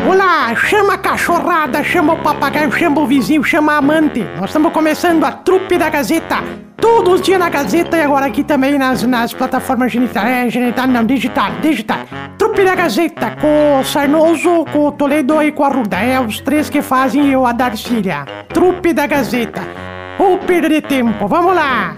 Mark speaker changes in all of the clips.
Speaker 1: Vamos lá, chama a cachorrada, chama o papagaio, chama o vizinho, chama a amante. Nós estamos começando a trupe da Gazeta. Todos os dias na Gazeta e agora aqui também nas, nas plataformas genital, é, genital não, digital, digital. Trupe da Gazeta, com o Sarnoso, com o Toledo e com a Ruda. É os três que fazem eu a Darcília. Trupe da Gazeta. Ou perda de tempo, vamos lá!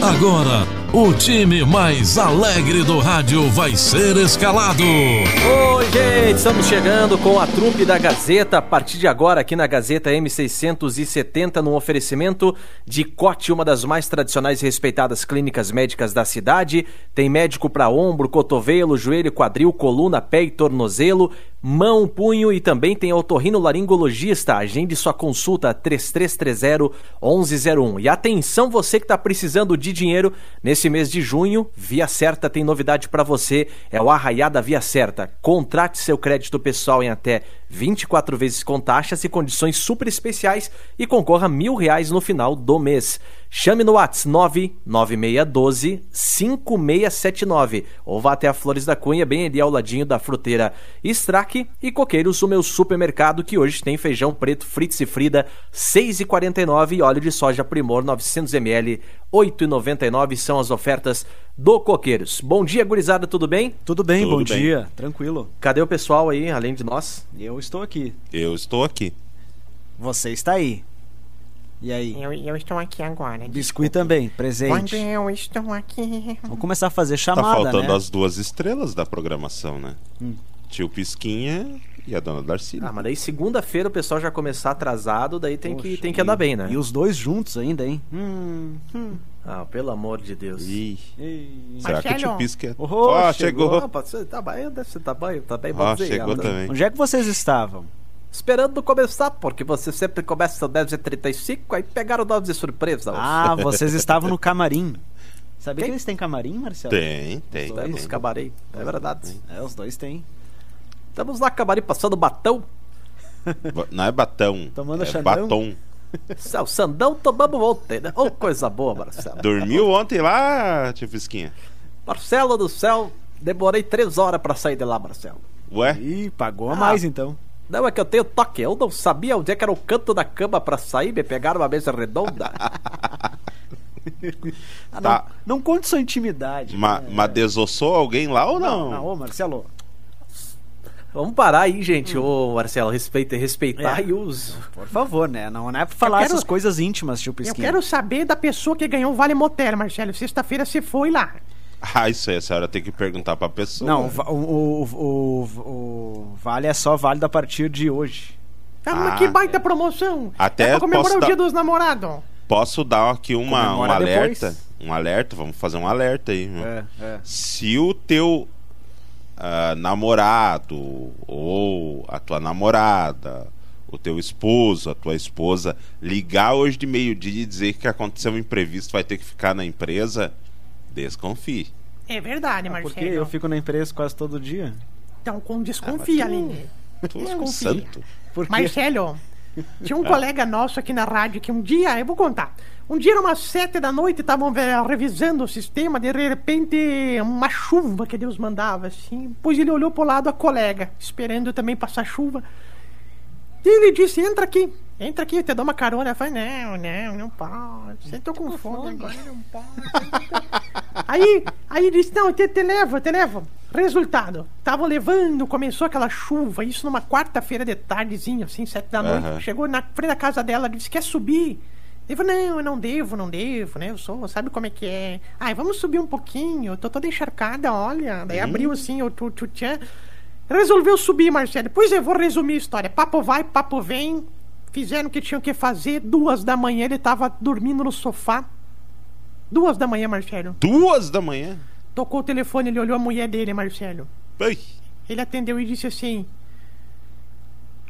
Speaker 2: Agora, o time mais alegre do rádio vai ser escalado.
Speaker 3: Oi, gente, estamos chegando com a trupe da Gazeta. A partir de agora, aqui na Gazeta M670, num oferecimento de Cote, uma das mais tradicionais e respeitadas clínicas médicas da cidade. Tem médico para ombro, cotovelo, joelho, quadril, coluna, pé e tornozelo mão, punho e também tem otorrinolaringologista. Agende sua consulta 3330 1101. E atenção você que está precisando de dinheiro nesse mês de junho, Via Certa tem novidade para você. É o Arraiá da Via Certa. Contrate seu crédito pessoal em até 24 vezes com taxas e condições super especiais e concorra a mil reais no final do mês. Chame no Whats 99612 5679 ou vá até a Flores da Cunha, bem ali ao ladinho da fruteira Strack e Coqueiros, o meu supermercado que hoje tem feijão preto frites e frida 6,49 e óleo de soja Primor 900ml 8,99 são as ofertas do Coqueiros. Bom dia, gurizada, tudo bem?
Speaker 4: Tudo bem,
Speaker 5: Tudo
Speaker 4: bom
Speaker 5: bem.
Speaker 4: dia. Tranquilo.
Speaker 3: Cadê o pessoal aí, além de nós?
Speaker 4: Eu estou aqui.
Speaker 5: Eu estou aqui.
Speaker 4: Você está aí. E aí?
Speaker 1: Eu, eu estou aqui agora.
Speaker 4: Biscuit também, presente.
Speaker 1: eu estou aqui.
Speaker 4: Vamos começar a fazer
Speaker 5: Tá
Speaker 4: chamada,
Speaker 5: faltando
Speaker 4: né? Hum.
Speaker 5: as duas estrelas da programação, né? Tio Pisquinha e a dona Darcília.
Speaker 3: Ah, mas daí segunda-feira o pessoal já começar atrasado, daí tem, que,
Speaker 4: Poxa,
Speaker 3: tem que andar bem, né?
Speaker 4: E os dois juntos ainda, hein? Hum.
Speaker 3: Ah, pelo amor de Deus.
Speaker 5: Ih,
Speaker 4: Ei.
Speaker 5: será que o tio
Speaker 1: Marcelo.
Speaker 5: Pisquinha.
Speaker 4: Oh,
Speaker 5: Ó,
Speaker 4: chegou.
Speaker 5: chegou.
Speaker 3: Opa, você tá bem, você tá bem, tá bem
Speaker 5: Ó,
Speaker 3: bonzinho,
Speaker 5: chegou
Speaker 3: tá-
Speaker 5: também.
Speaker 4: Onde é que vocês estavam?
Speaker 3: Esperando começar, porque você sempre começa às 10h35, aí pegaram nós de surpresa. ó.
Speaker 4: Ah, vocês estavam no camarim. Sabia que eles têm camarim, Marcelo?
Speaker 5: Tem, tem.
Speaker 3: Tá nos
Speaker 5: tem.
Speaker 3: cabarei, é verdade.
Speaker 4: É, os dois têm.
Speaker 3: Estamos lá, cabarei, passando batão.
Speaker 5: Ba- Não é batão.
Speaker 4: Tomando
Speaker 5: é
Speaker 4: Xandão?
Speaker 5: batom.
Speaker 3: Céu, Sandão, tomamos ontem, né? Ô, coisa boa, Marcelo.
Speaker 5: Dormiu ontem lá, tio Pisquinha?
Speaker 3: Marcelo do céu, demorei três horas pra sair de lá, Marcelo.
Speaker 5: Ué?
Speaker 4: Ih, pagou a
Speaker 3: Ah.
Speaker 4: mais então.
Speaker 3: Não, é que eu tenho toque. Eu não sabia onde é que era o canto da cama pra sair. Me pegaram uma mesa redonda.
Speaker 4: Ah,
Speaker 5: Tá.
Speaker 4: não, não conte sua intimidade.
Speaker 5: Ma-
Speaker 4: né?
Speaker 5: Mas desossou alguém lá ou não?
Speaker 4: Não, não, ô Marcelo.
Speaker 3: Vamos parar aí, gente. Ô, Marcelo, respeita e respeitar
Speaker 4: É.
Speaker 3: e uso.
Speaker 4: Por favor, né? Não, não é pra falar
Speaker 1: quero-
Speaker 4: essas coisas íntimas, tio
Speaker 1: Eu
Speaker 4: Pisquinha.
Speaker 1: quero saber da pessoa que ganhou o Vale Motel, Marcelo. Sexta-feira você foi lá.
Speaker 5: Ah, isso aí, a senhora tem que perguntar pra pessoa.
Speaker 4: Não, o, va- o- o- o- o vale é só válido a partir de hoje.
Speaker 1: Ah, mas
Speaker 5: Ah.
Speaker 1: que baita promoção!
Speaker 5: Até
Speaker 1: é pra comemorar
Speaker 5: posso
Speaker 1: o dia
Speaker 5: dar-
Speaker 1: dos namorados.
Speaker 5: Posso dar aqui uma, um
Speaker 4: Comemora
Speaker 5: alerta?
Speaker 4: depois.
Speaker 5: Um alerta, vamos fazer um alerta aí.
Speaker 4: É, é.
Speaker 5: Se o teu ah, namorado ou a tua namorada, o teu esposo, a tua esposa ligar hoje de meio-dia e dizer que aconteceu um imprevisto, vai ter que ficar na empresa, desconfie.
Speaker 1: É verdade, Marcelo.
Speaker 4: Porque eu fico na empresa quase todo dia.
Speaker 1: Então, com desconfia,
Speaker 5: Ah, mas tu-
Speaker 1: Aline.
Speaker 5: Tu
Speaker 1: Desconfia.
Speaker 5: santo.
Speaker 4: Porque
Speaker 1: Marcelo, tinha um colega nosso aqui na rádio que um dia, eu vou contar. Um dia, era umas sete da noite, estavam eh, revisando o sistema, de repente, uma chuva que Deus mandava, assim. Pois ele olhou pro lado a colega, esperando também passar chuva. E ele disse: entra aqui, entra aqui, eu te dou uma carona. Eu falei: não, não, não posso. Eu tô com fome agora, não posso. aí, aí ele disse: não, eu te, te levo, eu te levo. Resultado: tava levando, começou aquela chuva, isso numa quarta-feira de tardezinha, assim, sete da noite.
Speaker 5: Aham.
Speaker 1: Chegou na frente da casa dela, disse: quer subir? Ele falou, não, eu não devo, não devo, né? Eu sou, sabe como é que é? Ai, vamos subir um pouquinho, eu tô toda encharcada, olha. Daí abriu assim o tchu- tchu- tchan. Resolveu subir, Marcelo. Pois eu vou resumir a história. Papo vai, papo vem. Fizeram o que tinham que fazer. Duas da manhã ele tava dormindo no sofá. Duas da manhã, Marcelo.
Speaker 5: Duas da manhã.
Speaker 1: Tocou o telefone, ele olhou a mulher dele, Marcelo.
Speaker 5: Ai,
Speaker 1: Ele atendeu e disse assim: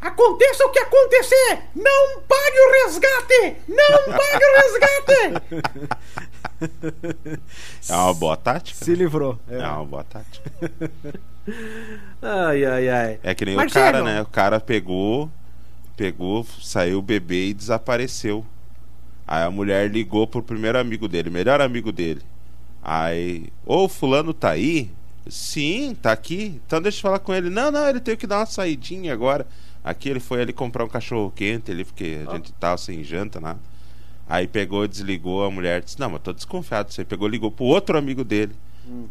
Speaker 1: Aconteça o que acontecer, não pague o resgate! Não pague o resgate!
Speaker 5: É uma boa tática.
Speaker 4: se livrou.
Speaker 5: né?
Speaker 4: É.
Speaker 5: É uma boa tática.
Speaker 3: Ai, ai, ai.
Speaker 5: É que nem
Speaker 1: Marcelo.
Speaker 5: o cara, né? O cara pegou, pegou, saiu o bebê e desapareceu. Aí a mulher ligou pro primeiro amigo dele, melhor amigo dele. Aí, ô, fulano tá aí? Sim, tá aqui. Então deixa eu falar com ele. Não, não, ele tem que dar uma saidinha agora. Aqui ele foi ali comprar um cachorro quente ali, porque a gente tava sem janta, né? Aí pegou, desligou a mulher, disse: Não, mas tô desconfiado. Você pegou, ligou pro outro amigo dele.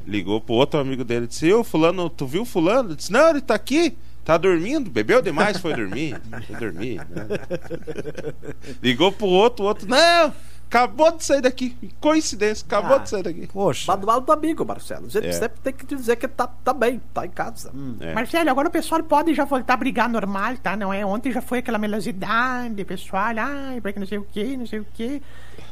Speaker 5: Ligou pro outro amigo dele, disse: Ô, Fulano, tu viu Fulano? Ele Disse: Não, ele tá aqui, tá dormindo, bebeu demais, foi dormir. Foi dormir, né? Ligou pro outro, o outro: Não, acabou de sair daqui. Coincidência, acabou
Speaker 4: Ah.
Speaker 5: de sair daqui.
Speaker 4: Poxa.
Speaker 3: Lado do amigo, Marcelo. Você
Speaker 5: É.
Speaker 3: sempre tem que dizer que tá, tá bem, tá em casa.
Speaker 5: É.
Speaker 1: Marcelo, agora o pessoal pode já voltar a brigar normal, tá? Não é? Ontem já foi aquela melosidade, pessoal, ai, porque não sei o que, não sei o que.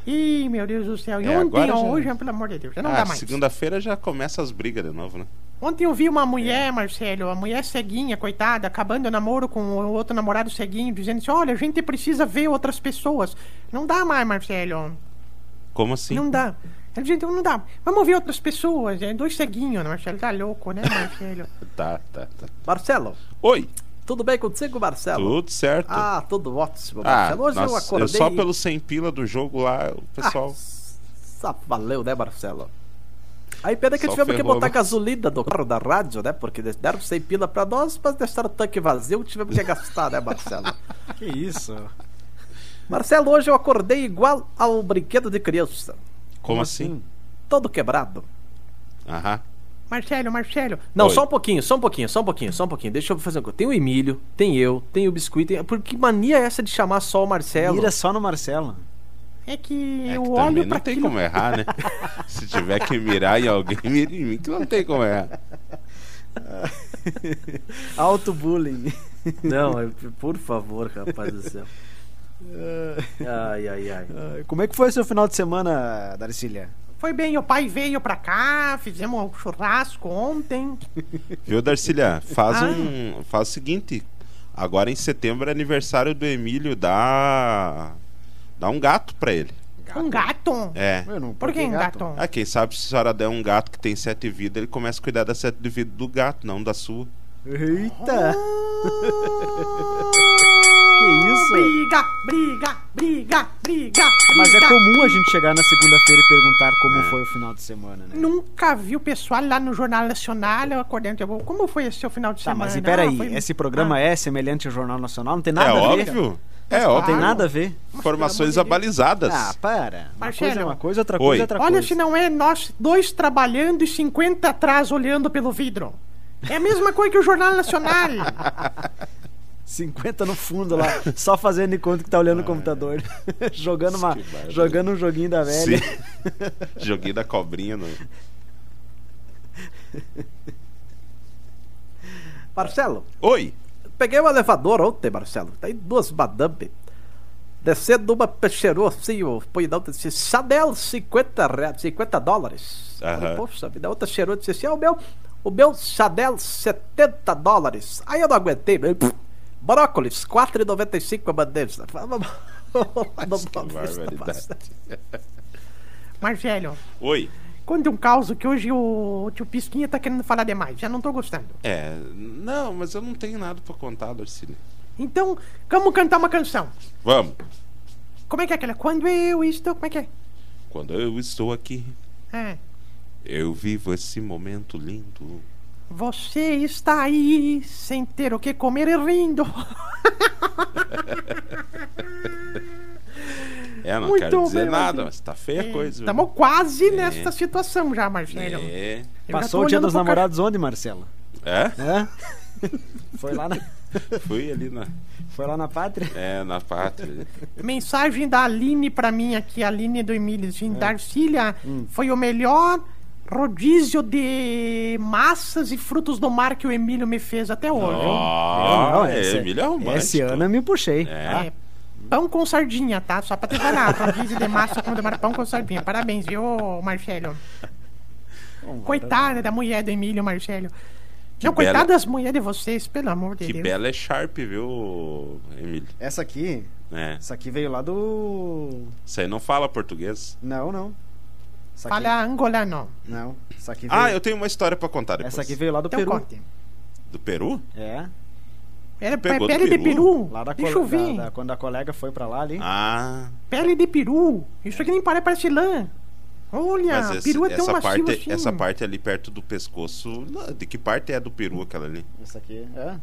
Speaker 1: Ih, meu Deus do céu. E
Speaker 5: É,
Speaker 1: ontem,
Speaker 5: agora já-
Speaker 1: hoje, pelo amor de Deus, já não
Speaker 5: ah,
Speaker 1: dá mais.
Speaker 5: segunda-feira já começa as brigas de novo, né?
Speaker 1: Ontem eu vi uma mulher, Marcelo, a mulher ceguinha, coitada, acabando o namoro com o outro namorado ceguinho, dizendo assim: olha, a gente precisa ver outras pessoas. Não dá mais, Marcelo.
Speaker 5: Como assim?
Speaker 1: Não dá. Ele disse, então não dá. Vamos ver outras pessoas. É dois ceguinhos, né, Marcelo? Tá louco, né, Marcelo?
Speaker 5: Tá, tá, tá.
Speaker 3: Marcelo,
Speaker 5: Oi,
Speaker 3: tudo bem contigo,
Speaker 1: Tá
Speaker 3: Marcelo?
Speaker 5: tudo certo?
Speaker 3: Ah, tudo ótimo,
Speaker 5: Ah,
Speaker 3: Marcelo. Hoje eu
Speaker 5: nossa,
Speaker 3: acordei.
Speaker 5: só pelo sem pila do jogo lá, o
Speaker 1: Ah,
Speaker 5: pessoal.
Speaker 3: Só valeu, né, Marcelo? Aí pena que
Speaker 5: Só
Speaker 3: tivemos que
Speaker 5: ferrou,
Speaker 3: botar
Speaker 5: né?
Speaker 3: gasolina do carro da rádio, né? Porque eles deram sem pila pra nós, mas deixaram o tanque vazio, tivemos que gastar, né, Marcelo?
Speaker 4: Que isso?
Speaker 3: Marcelo, hoje eu acordei igual ao brinquedo de criança.
Speaker 5: como assim?
Speaker 3: Todo quebrado.
Speaker 5: Aham.
Speaker 1: Marcelo, Marcelo.
Speaker 3: Não,
Speaker 5: Oi.
Speaker 3: só um pouquinho, só um pouquinho, só um pouquinho, só um pouquinho. Deixa eu fazer uma coisa. Tem o Emílio, tem eu, tem o Biscuit. Tem... Por que mania é essa de chamar só o Marcelo?
Speaker 4: Mira só no Marcelo.
Speaker 1: É que
Speaker 5: É que
Speaker 1: eu
Speaker 5: também
Speaker 1: olho pra
Speaker 5: não tem
Speaker 1: aquilo-
Speaker 5: como errar, né? Se tiver que mirar em alguém, mira em mim, que não tem como errar.
Speaker 4: Auto-bullying.
Speaker 3: Não, é- por favor, rapaz do céu. Ai, ai, ai.
Speaker 4: Ah, Como é que foi seu final de semana, Darcília?
Speaker 1: Foi bem, o pai veio pra cá, fizemos um churrasco ontem.
Speaker 5: Viu, Darcília? Faz
Speaker 1: Ah.
Speaker 5: um. Faz o seguinte. Agora em setembro é aniversário do Emílio, dá. Dá um gato pra ele.
Speaker 1: Um gato.
Speaker 5: É.
Speaker 4: Eu não
Speaker 1: Por que
Speaker 4: porquei
Speaker 1: um gato?
Speaker 5: Ah, quem sabe se a senhora der um gato que tem sete vidas, ele começa a cuidar das sete vidas do gato, não da sua.
Speaker 4: Eita! Ah! que isso?
Speaker 1: Briga, briga, briga, briga,
Speaker 4: Mas é
Speaker 1: briga.
Speaker 4: comum a gente chegar na segunda-feira e perguntar como foi o final de semana, né?
Speaker 1: Nunca vi o pessoal lá no Jornal Nacional acordando. eu- Como foi esse seu final de
Speaker 4: Tá,
Speaker 1: semana?
Speaker 4: mas e peraí,
Speaker 1: Ah, foi-
Speaker 4: esse programa é semelhante ao Jornal Nacional? Não tem nada
Speaker 5: é
Speaker 4: a ver?
Speaker 5: óbvio. É
Speaker 4: Não tem
Speaker 5: óbvio.
Speaker 4: nada a ver?
Speaker 5: Informações
Speaker 1: Pelo amor
Speaker 5: abalizadas.
Speaker 4: Ah, para. Uma
Speaker 1: Marcelo.
Speaker 4: coisa é uma coisa, outra
Speaker 5: Oi.
Speaker 4: coisa é outra
Speaker 1: Olha,
Speaker 4: coisa.
Speaker 1: se não é nós dois trabalhando e 50 atrás olhando pelo vidro. É a mesma coisa que o Jornal Nacional.
Speaker 4: 50 no fundo lá, só fazendo de conta que tá olhando o computador. jogando, uma,
Speaker 5: Que barbaridade.
Speaker 4: jogando um joguinho da velha.
Speaker 5: Sim. Joguei da cobrinha no.
Speaker 3: Marcelo,
Speaker 5: Oi!
Speaker 3: peguei um elevador ontem, Marcelo. Tem duas madame. Descendo uma, cheirou assim, o punhão disse, Chanel 50, reais, 50 dólares. Falei,
Speaker 5: Aham.
Speaker 3: Poxa vida, a outra cheirou e disse assim, é o meu, o meu Chanel 70 dólares. Aí eu não aguentei, meu, pff, brócolis, 4,95 a bandeja. Vamos- vamos-
Speaker 5: Que
Speaker 3: vamos-
Speaker 5: barbaridade.
Speaker 1: Marcelo,
Speaker 5: Oi!
Speaker 1: conta um caos que hoje o tio Pisquinha tá querendo falar demais. Já não tô gostando.
Speaker 5: É, não, mas eu não tenho nada pra contar, Darcília.
Speaker 1: Então, vamos cantar uma canção.
Speaker 5: Vamos!
Speaker 1: Como é que é aquela? Quando eu estou... Como é que é?
Speaker 5: Quando eu estou aqui,
Speaker 1: É.
Speaker 5: eu vivo esse momento lindo.
Speaker 1: Você está aí sem ter o que comer e rindo.
Speaker 5: É, não
Speaker 1: Muito
Speaker 5: quero dizer
Speaker 1: bem,
Speaker 5: nada,
Speaker 1: Marcelo.
Speaker 5: mas tá feia a coisa. viu?
Speaker 1: Estamos quase
Speaker 4: É.
Speaker 1: nessa situação já, Marcelo.
Speaker 5: É.
Speaker 1: Eu já
Speaker 4: Passou
Speaker 1: tô
Speaker 4: o dia
Speaker 1: olhando
Speaker 4: dos
Speaker 1: pro cara-
Speaker 4: namorados onde, Marcelo?
Speaker 5: É?
Speaker 4: Hã? Foi lá na,
Speaker 5: Fui ali na,
Speaker 4: foi lá na pátria?
Speaker 5: é, na pátria.
Speaker 1: Mensagem da Aline pra mim aqui, a Aline do Emílio.
Speaker 4: É.
Speaker 1: Assim, Darcília,
Speaker 4: Hum.
Speaker 1: foi o melhor rodízio de massas e frutos do mar que o Emílio me fez até hoje. hein?
Speaker 5: Ah,
Speaker 4: Não,
Speaker 5: é,
Speaker 4: esse-
Speaker 5: Emílio é romântico.
Speaker 4: Esse ano Ah, eu me puxei.
Speaker 5: É.
Speaker 1: É, pão com sardinha, tá? Só pra te falar, rodízio de massa com mar, pão com sardinha. Parabéns, viu, Marcelo? Coitada da mulher do Emílio, Marcelo. Não,
Speaker 5: bela-
Speaker 1: coitada das mulheres de vocês, pelo amor de
Speaker 5: Que
Speaker 1: Deus.
Speaker 5: bela é Sharp, viu, Emílio?
Speaker 4: Essa aqui,
Speaker 5: É.
Speaker 4: essa aqui veio lá do.
Speaker 5: Isso aí não fala português.
Speaker 4: Não, não. Essa tá aqui-
Speaker 1: Fala angolano.
Speaker 4: Não. Essa aqui veio.
Speaker 5: Ah, eu tenho uma história pra contar depois.
Speaker 4: Essa aqui veio lá do
Speaker 1: Então
Speaker 4: Peru.
Speaker 1: conte.
Speaker 5: Do Peru?
Speaker 4: É.
Speaker 1: Era
Speaker 5: Pegou do
Speaker 1: pele de
Speaker 5: peru?
Speaker 1: peru.
Speaker 4: Lá da,
Speaker 1: Deixa
Speaker 4: cole-
Speaker 1: eu ver.
Speaker 4: da- da- quando a colega foi pra lá ali.
Speaker 5: Ah,
Speaker 1: Pele de peru. Isso aqui nem parece lã. Olha,
Speaker 5: Mas esse-
Speaker 1: peru é tão
Speaker 5: essa,
Speaker 1: macio
Speaker 5: parte,
Speaker 1: assim.
Speaker 5: essa parte é ali perto do pescoço. não, De que parte é do peru aquela ali?
Speaker 4: Isso aqui. É?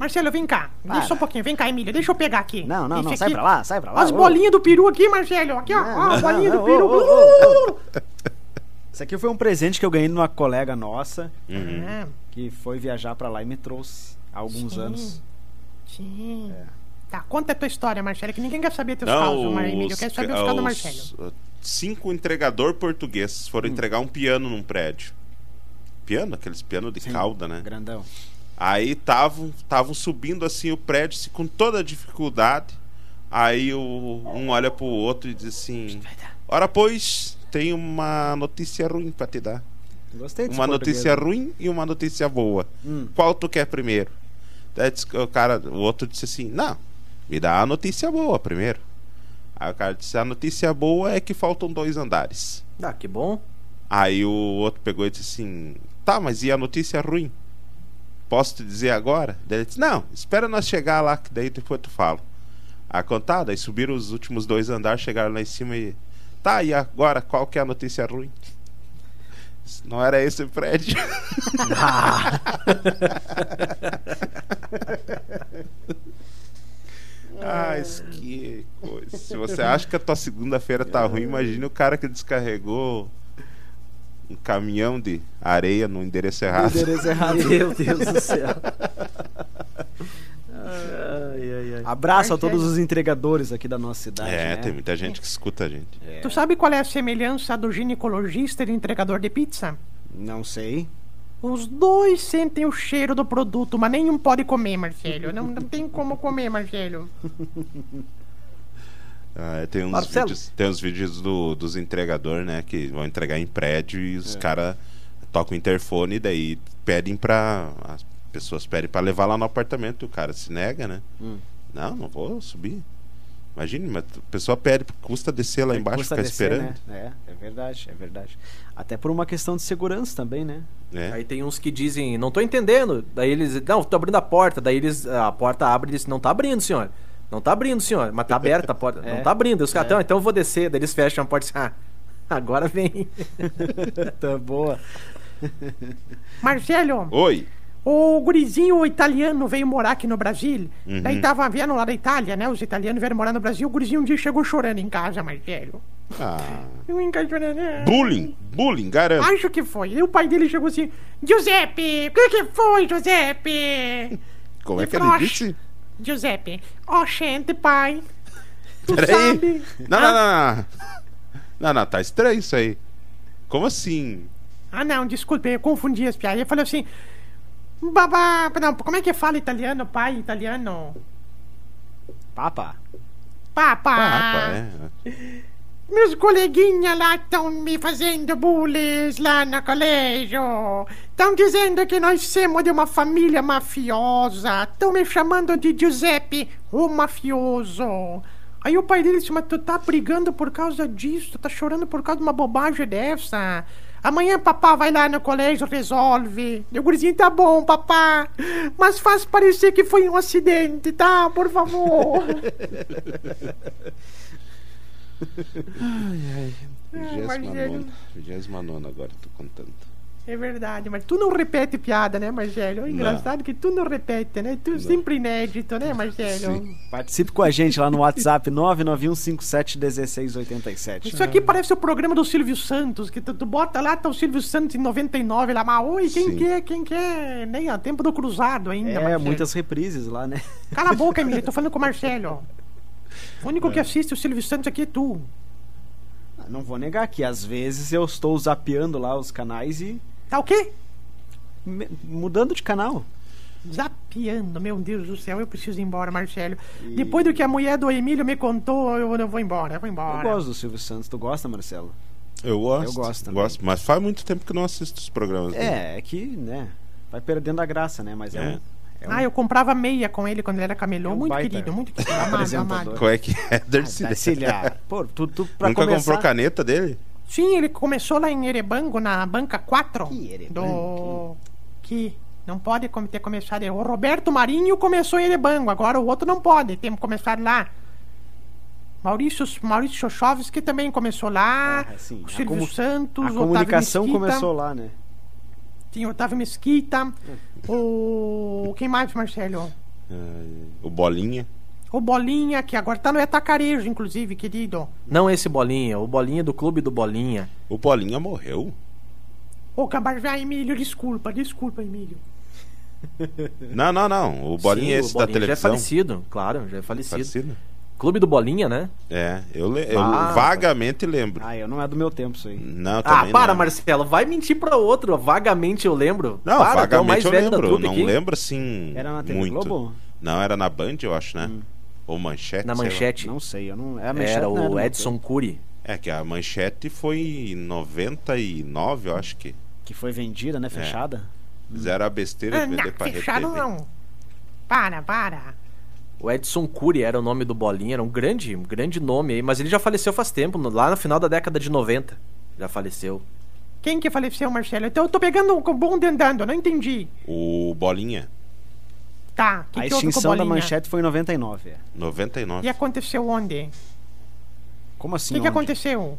Speaker 1: Marcelo, vem cá. Deixa só um pouquinho. Vem cá, Emílio. Deixa eu pegar aqui.
Speaker 4: Não, não,
Speaker 1: Esse
Speaker 4: não. Sai
Speaker 1: aqui-
Speaker 4: pra lá, sai pra lá.
Speaker 1: As
Speaker 4: ô.
Speaker 1: bolinhas do peru aqui, Marcelo. Aqui, ó.
Speaker 4: Não,
Speaker 1: ó, a
Speaker 4: não,
Speaker 1: bolinha
Speaker 4: não,
Speaker 1: do
Speaker 4: ô,
Speaker 1: peru.
Speaker 4: ô, ô, Isso aqui foi um presente que eu ganhei numa colega nossa Uhum.
Speaker 1: Ah,
Speaker 4: que foi viajar pra lá e me trouxe há alguns
Speaker 1: Sim.
Speaker 4: anos.
Speaker 1: sim. Tá, conta a tua história, Marcelo, que ninguém quer saber teus causos,
Speaker 5: Não,
Speaker 1: Mar- Emílio. Eu
Speaker 5: os- ah,
Speaker 1: quero saber os causos do
Speaker 5: os-
Speaker 1: Marcelo.
Speaker 5: Cinco entregador portugueses foram entregar um piano num prédio. Piano? Aqueles piano de cauda, né?
Speaker 4: Grandão.
Speaker 5: Aí estavam subindo assim o prédio assim, com toda dificuldade. Aí o- um olha pro outro e diz assim: Ora, pois, tem uma notícia ruim pra te dar.
Speaker 4: Gostei disso.
Speaker 5: Uma notícia ruim e uma notícia boa. Qual tu quer primeiro? Daí diz que o cara, o outro disse assim: Não, me dá a notícia boa primeiro. Aí o cara disse: A notícia boa é que faltam dois andares.
Speaker 3: Ah, que bom.
Speaker 5: Aí o outro pegou e disse assim: Tá, mas e a notícia ruim? Posso te dizer agora? Daí ele disse: Não, espera nós chegar lá, que daí depois tu fala. A contada, aí subiram os últimos dois andares, chegaram lá em cima e. Tá, e agora qual que é a notícia ruim? Disse, Não era esse o prédio. Ah, isso que coisa. Se você acha que a tua segunda-feira tá ruim, imagine o cara que descarregou um caminhão de areia no endereço errado.
Speaker 4: Endereço errado.
Speaker 3: Meu Deus do céu. ai, ai, ai.
Speaker 4: Abraço a todos os entregadores aqui da nossa cidade.
Speaker 5: É,
Speaker 4: né?
Speaker 5: tem muita gente que escuta a gente.
Speaker 1: Tu sabe qual é a semelhança do ginecologista e do entregador de pizza?
Speaker 4: Não sei.
Speaker 1: Os dois sentem o cheiro do produto, mas nenhum pode comer, Marcelo. Não, não tem como comer, Marcelo.
Speaker 5: Ah, tem, uns
Speaker 4: Marcelo.
Speaker 5: vídeos, tem uns vídeos do- dos entregadores, né? Que vão entregar em prédio e
Speaker 4: É.
Speaker 5: os caras tocam o interfone e daí pedem pra. As pessoas pedem pra levar lá no apartamento e o cara se nega, né?
Speaker 4: Hum.
Speaker 5: Não, não vou subir. Imagine, mas a pessoa pede, custa descer lá Tá embaixo,
Speaker 4: Custa
Speaker 5: ficar
Speaker 4: descer,
Speaker 5: esperando.
Speaker 4: Né? É, é verdade, é verdade. Até por uma questão de segurança também, né?
Speaker 5: né?
Speaker 3: Aí tem uns que dizem, não tô entendendo. Daí eles, não, tô abrindo a porta. Daí eles, a porta abre e diz, não tá abrindo, senhor. Não tá abrindo, senhor. Mas tá aberta a porta.
Speaker 4: É.
Speaker 3: Não tá abrindo. Aí Os caras, "Não, então eu vou descer. Daí eles fecham a porta e dizem, ah, agora vem.
Speaker 4: tá boa.
Speaker 1: Marcelo,
Speaker 5: Oi!
Speaker 1: o gurizinho italiano veio morar aqui no Brasil.
Speaker 5: Uhum.
Speaker 1: Daí tava vendo lá da Itália, né? Os italianos vieram morar no Brasil. O gurizinho um dia chegou chorando em casa, Marcelo.
Speaker 5: Ah.
Speaker 1: Eu encaixo, né?
Speaker 5: Bullying, bullying, garanto.
Speaker 1: Acho que foi. E o pai dele chegou assim: Giuseppe, o que, que foi, Giuseppe?
Speaker 5: Como é
Speaker 1: e
Speaker 5: que ele
Speaker 1: frouxo.
Speaker 5: disse?
Speaker 1: Giuseppe, ó, gente, pai. Tu
Speaker 5: Peraí.
Speaker 1: sabe?
Speaker 5: Não, não,
Speaker 4: Ah.
Speaker 5: não, não. Não, não, tá estranho isso aí. Como assim?
Speaker 1: Ah, não, desculpe, eu confundi as piadas. Eu falei assim. Babá, não, como é que fala italiano, pai, italiano?
Speaker 4: Papa.
Speaker 5: Ah,
Speaker 1: Papá,
Speaker 5: pá, é.
Speaker 1: meus coleguinhas lá estão me fazendo bullies lá no colégio. Estão dizendo que nós somos de uma família mafiosa. Estão me chamando de Giuseppe, o mafioso. Aí o pai dele disse, mas tu tá brigando por causa disso, tu tá chorando por causa de uma bobagem dessa. Amanhã papá vai lá no colégio, resolve. E o gurizinho, tá bom, papá. Mas faz parecer que foi um acidente, tá? Por favor.
Speaker 3: Ah,
Speaker 1: Marcelo.
Speaker 5: 29ª, 29 agora, tô contando.
Speaker 1: É verdade, mas tu não repete piada, né, Marcelo? É engraçado que tu não repete, né? Tu sempre inédito, né, Marcelo?
Speaker 5: Sim.
Speaker 4: Participe com a gente lá no WhatsApp 991571687.
Speaker 1: Isso é aqui parece o programa do Silvio Santos, que tu, tu bota lá, tá o Silvio Santos em 99 lá, mas oi, quem
Speaker 5: Sim.
Speaker 1: que é, quem que é? Nem a tempo do cruzado ainda,
Speaker 4: É,
Speaker 1: Marcelo.
Speaker 4: muitas reprises lá, né?
Speaker 1: Cala a boca, Emílio, tô falando com o Marcelo. O único que assiste o Silvio Santos aqui é tu.
Speaker 4: Ah, Não vou negar que às vezes eu estou zapeando lá os canais e
Speaker 1: Tá o quê?
Speaker 4: me- mudando de canal.
Speaker 1: Zapiando, meu Deus do céu, eu preciso ir embora, Marcelo. Depois do que a mulher do Emílio me contou, eu, eu vou embora, eu vou
Speaker 4: Eu
Speaker 1: embora.
Speaker 4: gosto do Silvio Santos, tu gosta, Marcelo?
Speaker 5: Eu gosto.
Speaker 4: Eu gosto também.
Speaker 5: gosto, mas faz muito tempo que não assisto os programas. né?
Speaker 4: É, é que, né, vai perdendo a graça, né? Mas é,
Speaker 5: É.
Speaker 4: um, é um
Speaker 1: Ah, eu comprava meia com ele quando ele era camelô.
Speaker 4: É um
Speaker 1: muito
Speaker 4: baita
Speaker 1: querido, muito querido. Amado, amado.
Speaker 4: apresentador.
Speaker 5: Qual é que
Speaker 3: Ah,
Speaker 5: é?
Speaker 3: tá
Speaker 5: Darcy, né?
Speaker 4: Darcília. Pô, tu, tu pra
Speaker 5: Nunca
Speaker 4: começar...
Speaker 5: comprou caneta dele?
Speaker 1: Sim, ele começou lá em Erebango, na banca 4.
Speaker 4: Que Erebango?
Speaker 1: do... Que não pode com- ter começado. O Roberto Marinho começou em Erebango, agora o outro não pode ter começado lá. Maurício, Maurício Xoxovski também começou lá.
Speaker 4: É, sim.
Speaker 1: O
Speaker 4: A
Speaker 1: Silvio
Speaker 4: comu-
Speaker 1: Santos,
Speaker 4: A
Speaker 1: Otávio
Speaker 4: comunicação
Speaker 1: Mesquita.
Speaker 4: começou lá, né?
Speaker 1: Tinha Otávio Mesquita. O. Quem mais, Marcelo?
Speaker 5: O Bolinha.
Speaker 1: O Bolinha, que agora tá no Etacarejo, inclusive, querido.
Speaker 3: Não esse Bolinha, o Bolinha do Clube do Bolinha.
Speaker 5: O Bolinha morreu?
Speaker 1: Ô, Camargo, ah, Emílio, desculpa, desculpa, Emílio.
Speaker 5: Não, não, não. O Bolinha é
Speaker 3: Sim,
Speaker 5: esse
Speaker 3: o
Speaker 5: da
Speaker 3: Bolinha já é
Speaker 5: televisão.
Speaker 3: falecido, claro, já é falecido.
Speaker 5: Falecido?
Speaker 3: Clube do Bolinha, né?
Speaker 5: É, eu, le- eu
Speaker 3: Ah,
Speaker 5: vagamente lembro.
Speaker 4: Ah, eu não é do meu tempo isso aí.
Speaker 5: Não, eu
Speaker 3: Ah,
Speaker 5: também
Speaker 3: para,
Speaker 5: não.
Speaker 3: Marcelo, vai mentir pra outro. Vagamente eu lembro.
Speaker 5: Não,
Speaker 3: para, tu é o
Speaker 5: vagamente eu
Speaker 3: velho da
Speaker 5: lembro.
Speaker 3: trupe
Speaker 5: Não
Speaker 3: aqui.
Speaker 5: lembro assim.
Speaker 4: Era na TV
Speaker 5: muito.
Speaker 4: Globo?
Speaker 5: Não, era na Band, eu acho, né? Ou Manchete.
Speaker 3: Hum. Na
Speaker 5: sei lá.
Speaker 3: manchete.
Speaker 4: Não sei, eu não. É a manchete,
Speaker 3: Era
Speaker 4: não é do
Speaker 3: o
Speaker 4: meu
Speaker 3: Edson Cury.
Speaker 5: É que a Manchete foi em 99, eu acho que.
Speaker 4: tempo. Que foi vendida, né? Fechada.
Speaker 5: Fizeram a besteira
Speaker 1: Ah,
Speaker 5: de vender pra
Speaker 1: fecharam
Speaker 5: RTV.
Speaker 1: não. Para, para.
Speaker 3: O Edson Cury era o nome do Bolinha, era um grande, um grande nome aí, mas ele já faleceu faz tempo, no- lá no final da década de 90. Já faleceu.
Speaker 1: Quem que faleceu, Marcelo? Então eu tô pegando o bom dendando, não entendi.
Speaker 5: O Bolinha,
Speaker 1: Tá, o que
Speaker 4: A
Speaker 1: que houve com o
Speaker 4: extinção da
Speaker 1: Bolinha?
Speaker 4: manchete foi em 99. é.
Speaker 5: 99.
Speaker 1: E aconteceu onde?
Speaker 4: Como
Speaker 1: O
Speaker 4: assim?
Speaker 1: que, que
Speaker 4: onde?
Speaker 1: aconteceu?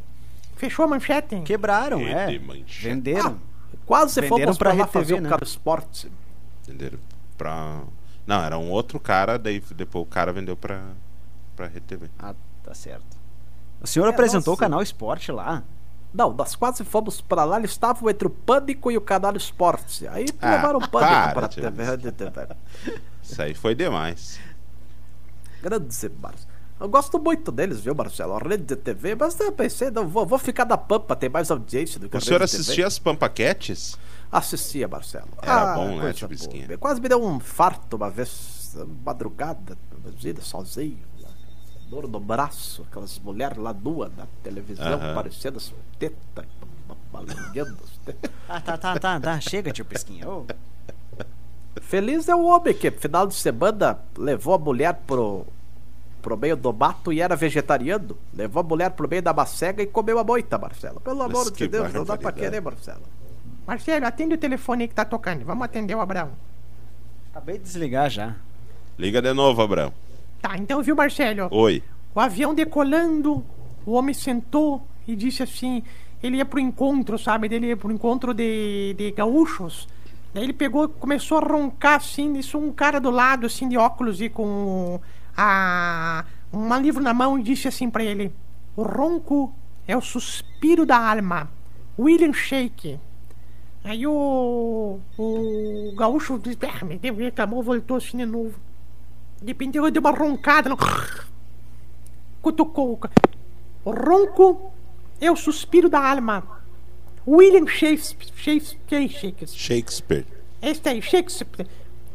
Speaker 1: Fechou a manchete?
Speaker 4: Quebraram,
Speaker 5: Rede
Speaker 4: é.
Speaker 5: Manchete.
Speaker 4: Venderam.
Speaker 3: Quase você foi
Speaker 4: Venderam pra
Speaker 3: lá
Speaker 4: RTV,
Speaker 3: fazer o
Speaker 4: né?
Speaker 3: cara esporte.
Speaker 5: Venderam pra. Não, era um outro cara, daí depois o cara vendeu pra, pra RTV.
Speaker 4: Ah, tá certo. O senhor
Speaker 3: É,
Speaker 4: apresentou
Speaker 3: nossa.
Speaker 4: o canal Esporte lá?
Speaker 3: Não, nós quase fomos pra lá, ele estava entre o Pânico e o Canal Esporte. Aí
Speaker 5: Ah,
Speaker 3: levaram o Pânico
Speaker 5: para,
Speaker 3: pra
Speaker 5: tio.
Speaker 3: TV.
Speaker 5: Isso aí foi demais.
Speaker 3: Grandes embalos. Eu gosto muito deles, viu, Marcelo? A rede de TV, mas eu pensei, não, vou, vou ficar da Pampa, tem mais audiência do que a
Speaker 5: O senhor
Speaker 3: rede de TV.
Speaker 5: assistia as Pampaquetes?
Speaker 3: Assistia, Marcelo. Ah,
Speaker 5: Era bom, né,
Speaker 3: coisa
Speaker 5: tio Bisquinha?
Speaker 3: boa. Quase me deu um farto uma vez, madrugada, imagina, sozinho. né? Dor no braço, aquelas mulheres lá nuas na televisão,
Speaker 5: Aham.
Speaker 3: parecendo as tetas, balanhando as tetas.
Speaker 4: Ah, tá, tá, tá, tá. Chega, tio Pesquinha. Ô,
Speaker 3: Feliz é o homem que, final de semana, levou a mulher pro, pro meio do mato e era vegetariano. Levou a mulher pro meio da macega e comeu a moita, Marcelo. Pelo
Speaker 5: Mas
Speaker 3: amor de
Speaker 5: que
Speaker 3: Deus, não dá pra
Speaker 5: barbaridade.
Speaker 3: querer, Marcelo.
Speaker 1: Marcelo, atende o telefone aí que tá tocando. Vamos atender o Abraão.
Speaker 4: Acabei de desligar já.
Speaker 5: Liga de novo, Abrão.
Speaker 1: Tá, então viu, Marcelo?
Speaker 5: Oi.
Speaker 1: O avião decolando, o homem sentou e disse assim: ele ia pro encontro, sabe? Ele ia pro encontro de, de gaúchos. Daí ele pegou, começou a roncar assim, isso um cara do lado, assim, de óculos e com a, um livro na mão e disse assim pra ele: O ronco é o suspiro da alma. William Shake. Aí o, o gaúcho disse: Ah, meu Deus, reclamou, voltou assim de novo. De repente eu dei uma roncada. no- Cutucou. o ca- O ronco é o suspiro da alma. William Shakespeare. Shakespeare. é Shakespeare.
Speaker 5: Shakespeare.
Speaker 1: Este aí, Shakespeare.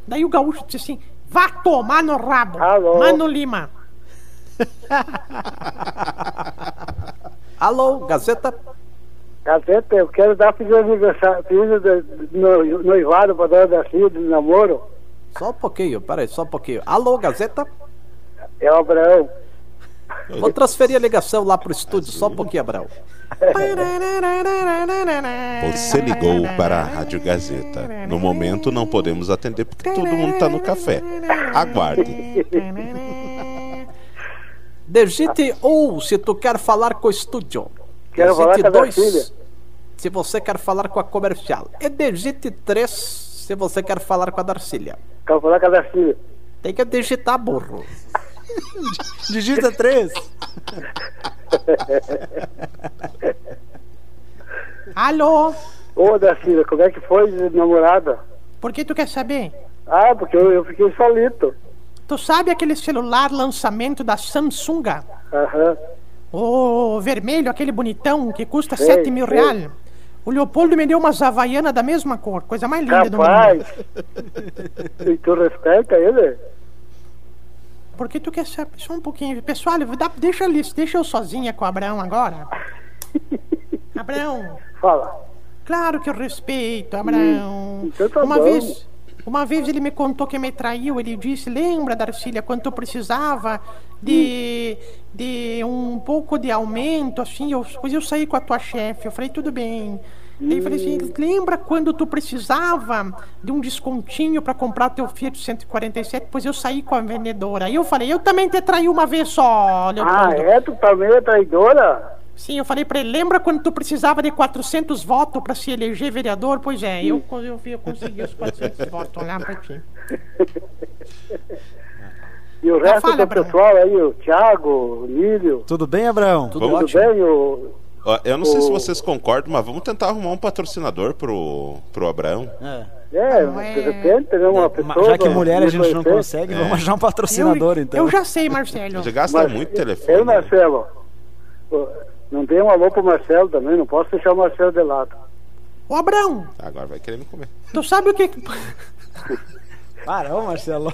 Speaker 1: Daí o gaúcho disse assim: vá tomar no rabo.
Speaker 6: Alô?
Speaker 1: Mano Lima.
Speaker 3: Alô, Gazeta?
Speaker 6: Gazeta, eu quero dar feliz aniversário, feliz de- de- no- noivado para dona da filha de namoro.
Speaker 3: Só um pouquinho, peraí, só um pouquinho. Alô, Gazeta?
Speaker 6: É o Abraão.
Speaker 3: Vou transferir a ligação lá pro estúdio, só um pouquinho, Abraão.
Speaker 5: Você ligou para a Rádio Gazeta. No momento não podemos atender porque todo mundo está no café. Aguarde.
Speaker 3: Digite 1 se tu quer falar com o estúdio.
Speaker 6: Quero falar com a minha
Speaker 3: dois
Speaker 6: filha.
Speaker 3: se você quer falar com a comercial. E digite 3 se você quer falar com a Darcília.
Speaker 6: Quero falar com a da filha.
Speaker 3: Tem que digitar, burro.
Speaker 4: Digita 3.
Speaker 1: Alô?
Speaker 6: Ô, da filha, como é que foi de namorada?
Speaker 1: Por que tu quer saber?
Speaker 6: Ah, porque eu, eu fiquei solito.
Speaker 1: Tu sabe aquele celular lançamento da Samsung?
Speaker 6: Aham.
Speaker 1: O vermelho, aquele bonitão, que custa 7 mil
Speaker 6: sei.
Speaker 1: reais. O Leopoldo me deu umas havaianas da mesma cor, coisa mais linda do mundo.
Speaker 6: Capaz. e tu respeita ele?
Speaker 1: Por que tu quer saber? Só um pouquinho. Pessoal, eu- dá- deixa, ali, deixa eu sozinha com o Abraão agora. Abraão,
Speaker 6: Fala.
Speaker 1: claro que eu respeito, Abraão.
Speaker 6: então tá
Speaker 1: Uma
Speaker 6: bom.
Speaker 1: vez. Uma vez ele me contou que me traiu, ele disse, lembra, Darcília, quanto eu precisava de,
Speaker 6: Hum.
Speaker 1: de um pouco de aumento, assim, eu, pois eu saí com a tua chefe, eu falei, tudo bem. Aí eu falei
Speaker 6: Hum.
Speaker 1: assim, lembra quando tu precisava de um descontinho para comprar o teu Fiat 147? Pois eu saí com a vendedora. Aí eu falei, eu também te traí uma vez só,
Speaker 6: Ah,
Speaker 1: Leopoldo.
Speaker 6: é? Tu também é traidora?
Speaker 1: Sim, eu falei pra ele, lembra quando tu precisava de 400 votos pra se eleger vereador? Pois é, eu, eu, eu consegui os 400 votos lá pra ti.
Speaker 6: E o resto
Speaker 1: Então fala,
Speaker 6: do
Speaker 1: Abraão.
Speaker 6: pessoal aí, o Thiago, o Lílio,
Speaker 4: Tudo bem, Abraão?
Speaker 3: Tudo
Speaker 6: tudo
Speaker 3: ótimo.
Speaker 6: bem? O...
Speaker 5: Ó, Eu não sei se
Speaker 6: O-
Speaker 5: vocês concordam, mas vamos tentar arrumar um patrocinador pro, pro Abraão.
Speaker 4: É.
Speaker 6: É,
Speaker 1: Não é-
Speaker 6: de repente, né, uma
Speaker 4: Então, Ma-
Speaker 6: pessoa...
Speaker 4: Já que
Speaker 6: pra
Speaker 4: mulher a
Speaker 6: me
Speaker 4: gente não
Speaker 6: conhecer. É.
Speaker 4: consegue, vamos achar um patrocinador,
Speaker 1: eu,
Speaker 4: então.
Speaker 1: eu já sei, Marcelo.
Speaker 5: Você gasta
Speaker 6: Mas-
Speaker 5: muito
Speaker 6: Eu,
Speaker 5: telefone. né?
Speaker 6: Marcelo, pô, não dei um alô pro Marcelo também, não posso deixar o Marcelo de lado.
Speaker 1: Ô, Abrão,
Speaker 5: Agora vai querer me comer.
Speaker 1: tu sabe o que...
Speaker 4: Para, ô Marcelo.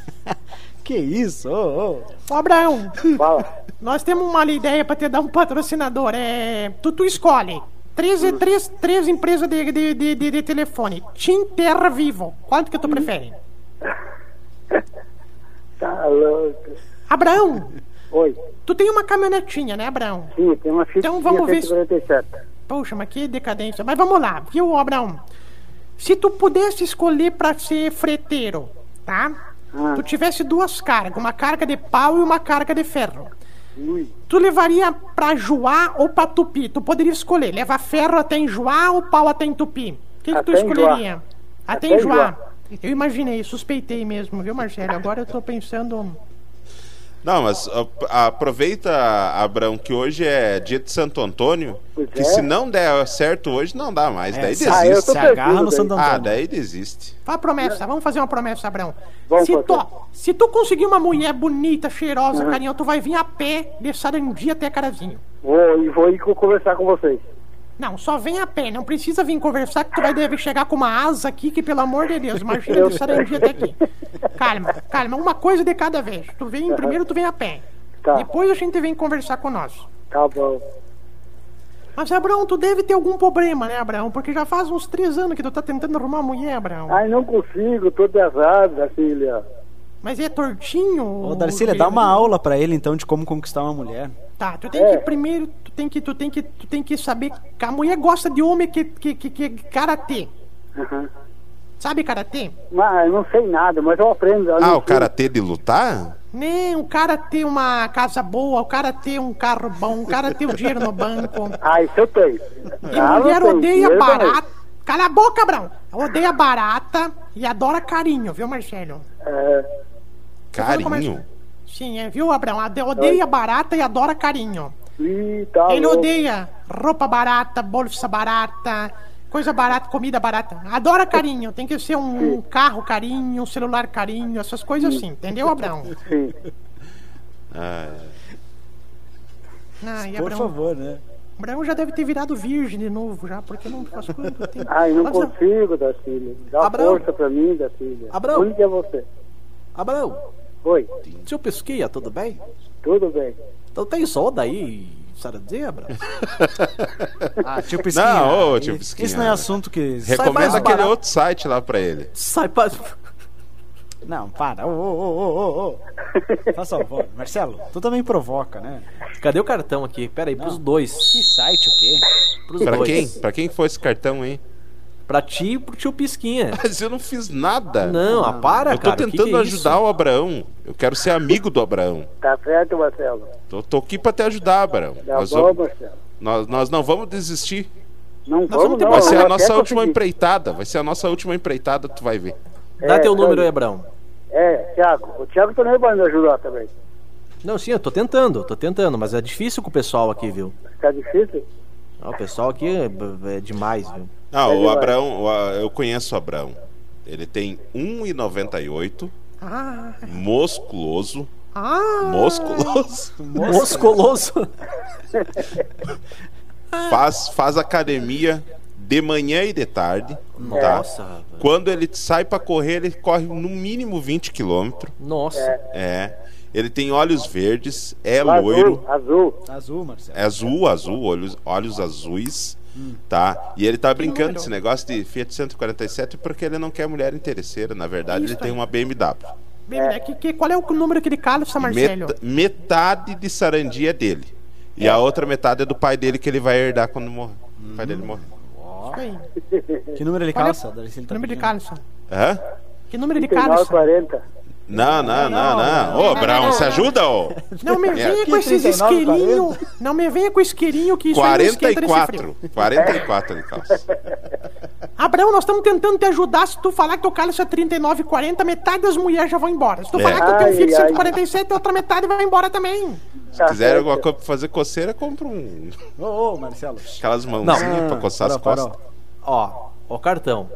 Speaker 4: que isso, ô, ô.
Speaker 1: Ô, Abrão,
Speaker 6: Fala.
Speaker 1: nós temos uma ideia pra te dar um patrocinador. É, tu, tu escolhe. Três, três, três empresas de, de, de, de, de telefone. Tim Terra Vivo. Quanto que tu prefere?
Speaker 6: Tá, alô,
Speaker 1: Abrão,
Speaker 6: Oi,
Speaker 1: tu tem uma caminhonetinha, né, Abrão?
Speaker 6: sim, tem uma Fiat
Speaker 1: Então vamos ver se-
Speaker 6: 147.
Speaker 1: Poxa, mas que decadência. Mas vamos lá, viu, Abraão? Se tu pudesse escolher pra ser freteiro, tá?
Speaker 6: Ah.
Speaker 1: Tu tivesse duas cargas, uma carga de pau e uma carga de ferro.
Speaker 6: Ui,
Speaker 1: Tu levaria pra Juá ou pra Tupi? Tu poderia escolher, levar ferro até em Juá ou pau até em Tupi? O que, que tu
Speaker 6: Até em Juá.
Speaker 1: escolheria? Até,
Speaker 6: Até
Speaker 1: em
Speaker 6: em
Speaker 1: Juá.
Speaker 6: Juá.
Speaker 1: Eu imaginei, suspeitei mesmo, viu, Marcelo? Agora eu tô pensando.
Speaker 5: Não, mas ó, aproveita, Abraão, que hoje é dia de Santo Antônio.
Speaker 6: Pois
Speaker 5: que
Speaker 6: é.
Speaker 5: se não der certo hoje, não dá mais.
Speaker 3: É,
Speaker 5: daí
Speaker 4: É, se-
Speaker 5: desiste.
Speaker 6: Ah, eu tô
Speaker 4: se agarra
Speaker 6: perdido
Speaker 4: no
Speaker 6: daí.
Speaker 4: Santo
Speaker 5: Ah,
Speaker 4: Antônio.
Speaker 5: daí desiste.
Speaker 1: Faz uma promessa, vamos fazer uma promessa, Abrão.
Speaker 6: Vamos
Speaker 1: se, tu,
Speaker 6: fazer. Uhum.
Speaker 1: se tu conseguir uma mulher bonita, cheirosa, carinhosa, tu vai vir a pé de Sarandi até Carazinho.
Speaker 6: vou, e vou ir co- conversar com vocês.
Speaker 1: Não, só vem a pé, não precisa vir conversar que tu vai deve chegar com uma asa aqui que, pelo amor de Deus, imagina de Sarandi até aqui. Calma, calma, uma coisa de cada vez. Tu vem, primeiro tu vem a pé.
Speaker 6: Uhum. Tá.
Speaker 1: Depois a gente vem conversar com nós.
Speaker 6: Tá bom.
Speaker 1: Mas, Abrão, tu deve ter algum problema, né, Abrão? Porque já faz uns três anos que tu tá tentando arrumar uma mulher, Abrão.
Speaker 6: Ai, não consigo, tô de azar, da filha.
Speaker 1: Mas é tortinho.
Speaker 4: Ô, Darcília, dá uma aula pra ele, então, de como conquistar uma mulher.
Speaker 1: Tá, tu
Speaker 6: É.
Speaker 1: tem que primeiro, tu tem que, tu tem que, tu tem que saber que a mulher gosta de homem que que que, que karatê.
Speaker 6: Aham.
Speaker 1: Sabe karatê?
Speaker 6: Mas eu não sei nada, mas eu aprendo. eu
Speaker 5: Ah,
Speaker 6: não
Speaker 5: o cara ter de lutar?
Speaker 1: Nem o cara ter uma casa boa, o cara ter um carro bom, o cara ter o dinheiro no banco.
Speaker 6: sei. Ah, isso eu tenho.
Speaker 1: E
Speaker 6: Ah, eu
Speaker 1: mulher
Speaker 6: tenho,
Speaker 1: odeia
Speaker 6: dinheiro também.
Speaker 1: barata. Cala a boca, Brão. Odeia barata e adora carinho, viu, Marcelo?
Speaker 6: É,
Speaker 5: Carinho.
Speaker 1: Sim, é, viu, Abrão? Ade- Odeia barata e adora carinho.
Speaker 6: e tá
Speaker 1: Ele
Speaker 6: bom.
Speaker 1: odeia roupa barata, bolsa barata, coisa barata, comida barata. Adora carinho. Tem que ser um carro carinho, um celular carinho, essas coisas assim. Entendeu, Abrão?
Speaker 6: Sim.
Speaker 5: Ah,
Speaker 1: Ai,
Speaker 4: Por
Speaker 1: Ah, Abrão,
Speaker 4: favor, né?
Speaker 1: Abrão já deve ter virado virgem de novo já, porque não faz quanto tempo.
Speaker 6: Ai, não
Speaker 1: Mas,
Speaker 6: consigo, Darcília. Dá
Speaker 3: Abraão.
Speaker 6: força pra mim, Darcília.
Speaker 3: Abraão.
Speaker 6: Onde que é você?
Speaker 3: Abraão,
Speaker 6: Oi,
Speaker 3: seu Pesquia, tudo bem?
Speaker 6: tudo bem.
Speaker 3: Então tem solda aí, Sarandê, Abraão?
Speaker 4: Ah, tio Pisquinha.
Speaker 5: Não, ô, tio Pisquinha.
Speaker 4: Isso não é assunto que...
Speaker 5: recomenda
Speaker 3: mais
Speaker 5: aquele
Speaker 3: barato.
Speaker 5: outro site lá pra ele.
Speaker 3: Sai pra...
Speaker 4: Não, para. Ô, ô, ô, ô, ô, ô. Faça o favor. Marcelo, tu também provoca, né?
Speaker 3: Cadê o cartão aqui? Pera aí, pros dois.
Speaker 4: Que site, o quê?
Speaker 3: Pros
Speaker 5: Pra
Speaker 3: dois.
Speaker 5: quem? Pra quem foi esse cartão, hein?
Speaker 3: Pra ti e pro tio Pisquinha.
Speaker 5: Mas eu não fiz nada.
Speaker 3: Não, ah, para,
Speaker 5: Eu tô
Speaker 3: cara. que
Speaker 5: tentando
Speaker 3: que é
Speaker 5: ajudar o Abraão. Eu quero ser amigo do Abraão.
Speaker 6: Tá certo, Marcelo.
Speaker 5: Tô, tô aqui pra te ajudar, Abraão.
Speaker 6: Tá
Speaker 5: Nós,
Speaker 6: bom,
Speaker 5: vamos-
Speaker 6: Marcelo.
Speaker 5: nós- nós não vamos desistir.
Speaker 6: Não
Speaker 1: vamos
Speaker 6: vamos,
Speaker 1: ter-
Speaker 6: não.
Speaker 5: Vai ser a
Speaker 6: eu
Speaker 5: nossa
Speaker 6: quero
Speaker 5: última
Speaker 6: conseguir.
Speaker 5: empreitada. Vai ser a nossa última empreitada, tu vai ver.
Speaker 3: isso? Dá
Speaker 6: É,
Speaker 3: teu
Speaker 6: tá
Speaker 3: número
Speaker 6: aí.
Speaker 3: aí, Abraão.
Speaker 6: É, Thiago. O Thiago também vai me ajudar também.
Speaker 3: Não, sim, eu tô tentando, tô tentando, mas é difícil com o pessoal aqui, viu?
Speaker 6: Tá difícil?
Speaker 3: Ah, o pessoal aqui é, b- é demais, viu?
Speaker 5: Não,
Speaker 6: Ele
Speaker 5: o
Speaker 6: vai.
Speaker 5: Abraão, o A- eu conheço o Abraão. Ele tem 1,98,
Speaker 1: Ah,
Speaker 5: musculoso,
Speaker 1: ah,
Speaker 5: musculoso.
Speaker 3: Moscoloso.
Speaker 6: Ah.
Speaker 5: Faz, faz academia de manhã e de tarde. tá?
Speaker 3: Nossa, rapaz.
Speaker 5: Quando ele sai pra correr, ele corre no mínimo 20 quilômetros.
Speaker 3: Nossa.
Speaker 5: É. Ele tem olhos verdes, é
Speaker 6: Azul,
Speaker 5: loiro,
Speaker 6: Azul.
Speaker 4: Tá Azul, Marcelo.
Speaker 5: é azul, azul, olhos, olhos azuis. tá? E ele tá brincando desse negócio de Fiat 147 porque ele não quer mulher interesseira. Na verdade,
Speaker 1: Isso
Speaker 5: ele tem
Speaker 1: aí.
Speaker 5: uma BMW.
Speaker 1: Bem, né, que- que- qual é o número que ele calça, Marcelo?
Speaker 5: Meta- metade de Sarandi é dele. E a outra metade é do pai dele que ele vai herdar quando morrer. O pai dele morrer.
Speaker 1: Isso aí.
Speaker 4: Que número ele
Speaker 1: Qual é o
Speaker 4: calça? Ah, Darcy? Ele tá
Speaker 1: número de
Speaker 4: pedindo.
Speaker 1: calça?
Speaker 5: Hã?
Speaker 1: Que número de calça?
Speaker 6: 39,40.
Speaker 5: Não, não, não, não. Ô, Brown, se ajuda, ô.
Speaker 1: Não
Speaker 4: É.
Speaker 1: me venha com esses
Speaker 4: 39,
Speaker 1: isqueirinhos. Não me venha com isqueirinho que isso aí não esquenta nesse frio.
Speaker 5: 44. 44 ele calça.
Speaker 1: Abraão, nós estamos tentando te ajudar. Se tu falar que teu cálice é 39, 40, metade das mulheres já vão embora. Se tu falar que tu tem um
Speaker 6: É. Ai,
Speaker 1: filho de
Speaker 6: ai.
Speaker 1: 147, a outra metade vai embora também.
Speaker 5: Se quiser alguma coisa pra fazer coceira, compra um.
Speaker 4: Ô, ô, Marcelo.
Speaker 5: Aquelas mãozinhas
Speaker 4: Ah,
Speaker 5: pra coçar as
Speaker 4: parou, parou.
Speaker 5: costas.
Speaker 3: Ó, ó o cartão.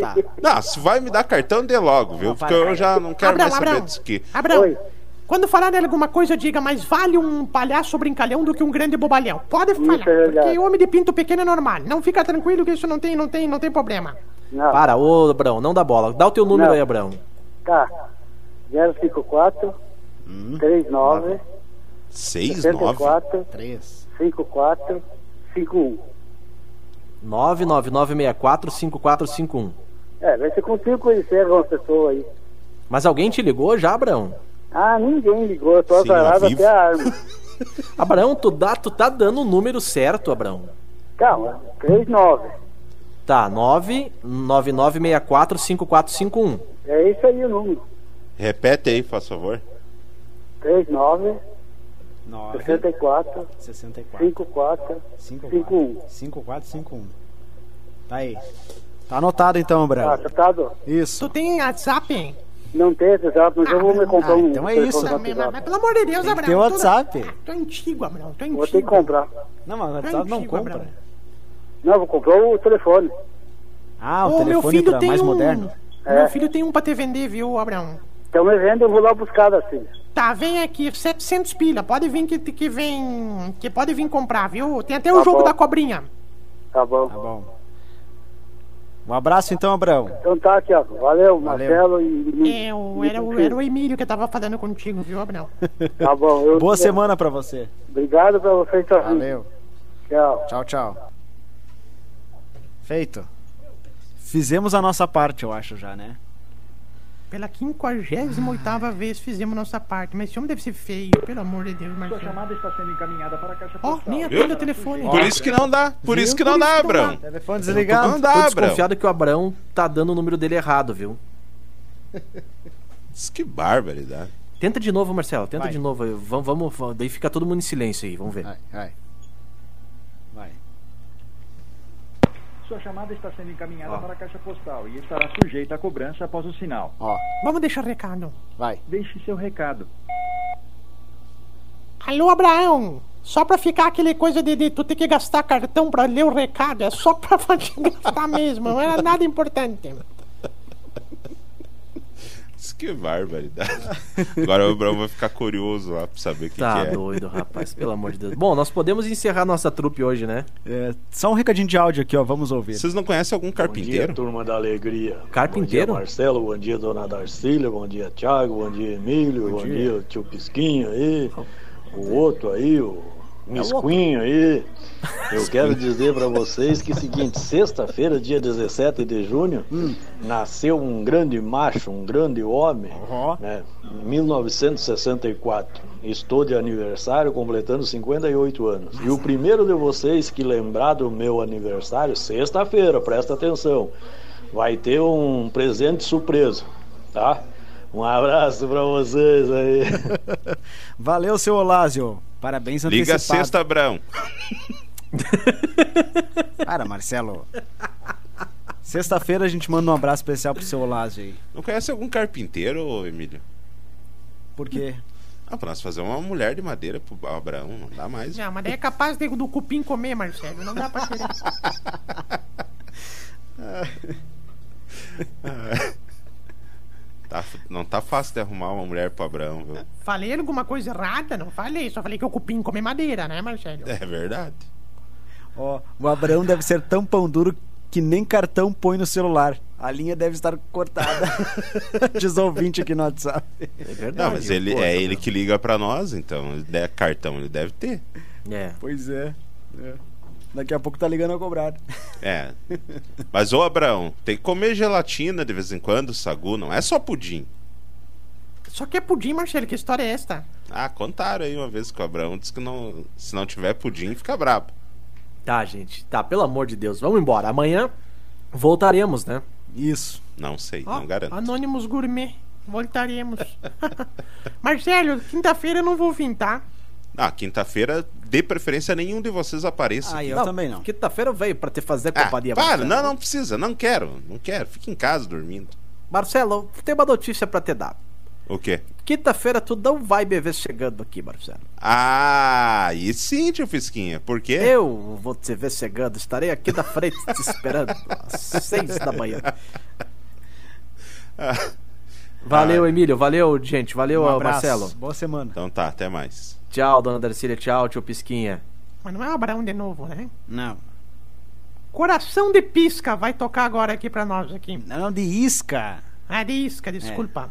Speaker 4: Tá.
Speaker 5: Não, se vai me dar cartão, dê logo, viu? Porque eu já não quero
Speaker 1: Abraão,
Speaker 5: mais saber
Speaker 1: Abraão.
Speaker 5: disso aqui.
Speaker 1: Abraão,
Speaker 6: Oi.
Speaker 1: quando falarem alguma coisa, diga, mas vale um palhaço brincalhão do que um grande bobalhão. Pode falar,
Speaker 6: é verdade.
Speaker 1: porque homem de pinto pequeno é normal. Não fica tranquilo que isso não tem, não tem, não tem problema.
Speaker 6: Não,
Speaker 3: Para, ô, Abrão, não dá bola. Dá o teu número
Speaker 6: Não.
Speaker 3: aí, Abrão.
Speaker 6: tá. 054
Speaker 5: Hum.
Speaker 6: 39
Speaker 5: 6, 9.
Speaker 6: 74
Speaker 4: Três.
Speaker 6: 54 51.
Speaker 3: 999645451.
Speaker 6: É, vai ser consigo conhecer uma pessoa aí.
Speaker 3: Mas alguém te ligou já, Abrão?
Speaker 6: Ah, ninguém ligou, eu tô
Speaker 5: Sim, ao
Speaker 6: azarado
Speaker 5: vivo.
Speaker 6: até a arma.
Speaker 3: Abrão, tu, dá, tu tá dando o número certo, Abrão.
Speaker 6: Calma, 39.
Speaker 3: Tá, 999645451.
Speaker 6: É isso aí o número.
Speaker 5: Repete aí, faz favor.
Speaker 6: 39
Speaker 4: Nove.
Speaker 6: 64
Speaker 4: Sessenta e quatro.
Speaker 6: 54
Speaker 4: Cinco,
Speaker 6: 51.
Speaker 4: 5451. Tá aí. Tá anotado então,
Speaker 6: Tá,
Speaker 4: Breno.
Speaker 6: tratado?
Speaker 4: Isso.
Speaker 1: Tu tem WhatsApp, hein?
Speaker 6: Não tem esse exato, mas eu vou me comprar
Speaker 4: Ah,
Speaker 6: um.
Speaker 4: então é isso.
Speaker 1: Não,
Speaker 6: telefone
Speaker 1: mas,
Speaker 6: WhatsApp.
Speaker 1: mas pelo amor de Deus,
Speaker 4: Tem que
Speaker 1: Abraão.
Speaker 4: ter
Speaker 1: tu-
Speaker 4: WhatsApp.
Speaker 1: Ah, tu é antigo, Abraão. Tu é antigo.
Speaker 6: Vou ter que comprar.
Speaker 4: Não, mas o
Speaker 1: Tu é
Speaker 4: WhatsApp não
Speaker 1: antigo,
Speaker 4: compra.
Speaker 1: Abraão.
Speaker 6: Não, vou comprar o telefone.
Speaker 4: Ah, o
Speaker 1: Ô, meu
Speaker 4: telefone
Speaker 1: filho
Speaker 4: pra
Speaker 1: tem
Speaker 4: mais
Speaker 1: um.
Speaker 4: moderno. Tá
Speaker 6: É.
Speaker 1: Meu filho tem um pra te vender, viu, Abraão?
Speaker 6: Então me vendo, eu vou lá buscar da filha.
Speaker 1: Tá, vem aqui, 700 pilha. Pode vir que, que vem. Que pode vir comprar, viu? Tem até o
Speaker 6: Tá
Speaker 1: jogo
Speaker 6: bom.
Speaker 1: da cobrinha.
Speaker 6: Tá bom.
Speaker 4: Tá bom. Um abraço então, Abrão.
Speaker 6: Então tá, Tiago. Valeu, Marcelo e.
Speaker 1: É, o, era, o, era o Emílio que tava falando contigo, viu, Abraão?
Speaker 6: Tá bom. eu-
Speaker 4: Boa semana pra você.
Speaker 6: Obrigado pra vocês também.
Speaker 4: Valeu.
Speaker 6: Tchau.
Speaker 4: Tchau, tchau. Feito. Fizemos a nossa parte, eu acho já, né?
Speaker 1: Pela 58 vez fizemos nossa parte, mas esse homem deve ser feio, pelo amor de Deus, Marcelo. Ó, nem atende o telefone.
Speaker 5: Por isso que não dá. É. Por isso que não dá, Abrão.
Speaker 4: Telefone
Speaker 5: Não
Speaker 4: desligado.
Speaker 3: Tô
Speaker 5: dá, Abrão.
Speaker 3: desconfiado que o Abrão tá dando o número dele errado, viu?
Speaker 5: Isso Que barbaridade.
Speaker 3: Tenta de novo, Marcelo. Tenta
Speaker 4: Vai.
Speaker 3: de novo. aí. Vamos, vamos, vamos. Daí fica todo mundo em silêncio aí. Vamos ver.
Speaker 4: Vai, vai. Vai.
Speaker 7: Sua chamada está sendo encaminhada
Speaker 3: Ó.
Speaker 7: para a caixa postal e estará sujeita à cobrança após o sinal.
Speaker 4: Ó,
Speaker 1: Vamos deixar recado.
Speaker 4: vai.
Speaker 7: Deixe seu recado.
Speaker 1: Alô, Abraão! Só pra ficar aquele coisa de, de tu ter que gastar cartão pra ler o recado, é só pra te gastar mesmo, não era nada importante.
Speaker 5: Isso Que barbaridade. Agora o Abrão vai ficar curioso lá pra saber o que,
Speaker 3: Tá
Speaker 5: que é.
Speaker 3: doido, rapaz. Pelo amor de Deus. Bom, nós podemos encerrar nossa trupe hoje, né?
Speaker 4: É, só um recadinho de áudio aqui, ó. Vamos ouvir.
Speaker 5: Vocês não conhecem algum
Speaker 8: Bom dia,
Speaker 5: carpinteiro?
Speaker 8: turma da alegria.
Speaker 3: Carpinteiro?
Speaker 8: Bom dia, Marcelo. Bom dia, dona Darcília. Bom dia, Thiago. Bom dia, Emílio. Bom, dia. tio Pisquinho aí. O outro aí, o Misquinho aí. Eu quero dizer para vocês que é o seguinte, sexta-feira, dia 17 de junho, nasceu um grande macho, um grande homem,
Speaker 4: Ó.
Speaker 8: né? 1964. Estou de aniversário completando 58 anos. E o primeiro de vocês que lembrar do meu aniversário, sexta-feira, presta atenção, vai ter um presente surpresa, tá? Um abraço para vocês aí.
Speaker 4: Valeu, seu Olásio. Parabéns
Speaker 5: Liga
Speaker 4: antecipado.
Speaker 5: sexta, Abrão.
Speaker 4: Para, Marcelo. Sexta-feira a gente manda um abraço especial pro seu Olásio aí.
Speaker 5: Não conhece algum carpinteiro, ô, Emílio?
Speaker 4: Por quê?
Speaker 5: Ah, pra nós fazer uma mulher de madeira pro Abraão, não dá mais.
Speaker 1: Não, mas daí é capaz de, do cupim comer, Marcelo, não dá pra querer.
Speaker 5: Tá f- não tá fácil de arrumar uma mulher pro Abraão, viu?
Speaker 1: Falei alguma coisa errada? Não falei, só falei que o cupim come madeira, né, Marcelo?
Speaker 5: É verdade.
Speaker 4: Ó, o Abraão deve ser tão pão duro que nem cartão põe no celular. A linha deve estar cortada. Diz o ouvinte aqui no WhatsApp.
Speaker 3: É verdade.
Speaker 5: Não, mas ele
Speaker 3: pô,
Speaker 5: é
Speaker 3: tá
Speaker 5: ele que
Speaker 3: tá-
Speaker 5: liga pra nós, então, ele der cartão ele deve ter.
Speaker 3: vendo? É.
Speaker 4: Pois é. Daqui a pouco tá ligando a cobrar.
Speaker 5: É. Mas, ô Abraão, tem que comer gelatina de vez em quando, sagu, não é só pudim.
Speaker 1: Só que é pudim, Marcelo, que história é esta?
Speaker 5: Ah, contaram aí uma vez que o Abraão disse que não, se não tiver pudim, fica brabo.
Speaker 3: Tá, gente. Tá, pelo amor de Deus. Vamos embora. Amanhã voltaremos, né?
Speaker 4: Isso.
Speaker 5: Não sei,
Speaker 1: Ó, ah,
Speaker 5: não garanto.
Speaker 1: Anônimos Gourmet. Voltaremos. Marcelo, quinta-feira eu não vou vir, tá?
Speaker 5: Ah, quinta-feira, de preferência, nenhum de vocês apareça.
Speaker 4: Ah,
Speaker 5: aqui.
Speaker 4: eu também não.
Speaker 3: Quinta-feira veio pra te fazer
Speaker 5: Ah,
Speaker 3: companhia.
Speaker 5: para,
Speaker 3: Marcelo.
Speaker 5: não, não precisa, não quero, não quero. Fica em casa dormindo.
Speaker 3: Marcelo, tem uma notícia pra te dar.
Speaker 5: O quê?
Speaker 3: Quinta-feira tu não vai me ver chegando aqui, Marcelo.
Speaker 5: Ah, e sim, tio Fisquinha, por quê?
Speaker 3: Eu vou te ver chegando, estarei aqui na frente te esperando às seis da manhã. Valeu, Emílio. Valeu, gente. Valeu,
Speaker 4: Ah. Um abraço.
Speaker 3: Marcelo.
Speaker 4: Boa semana.
Speaker 5: Então tá, até mais.
Speaker 3: Tchau, dona Darcília. Tchau, tio Pisquinha.
Speaker 1: Mas não é o Abraão de novo, né?
Speaker 4: Não.
Speaker 1: Coração de pisca vai tocar agora aqui pra nós aqui.
Speaker 4: Não, de isca.
Speaker 1: Arisca, desculpa.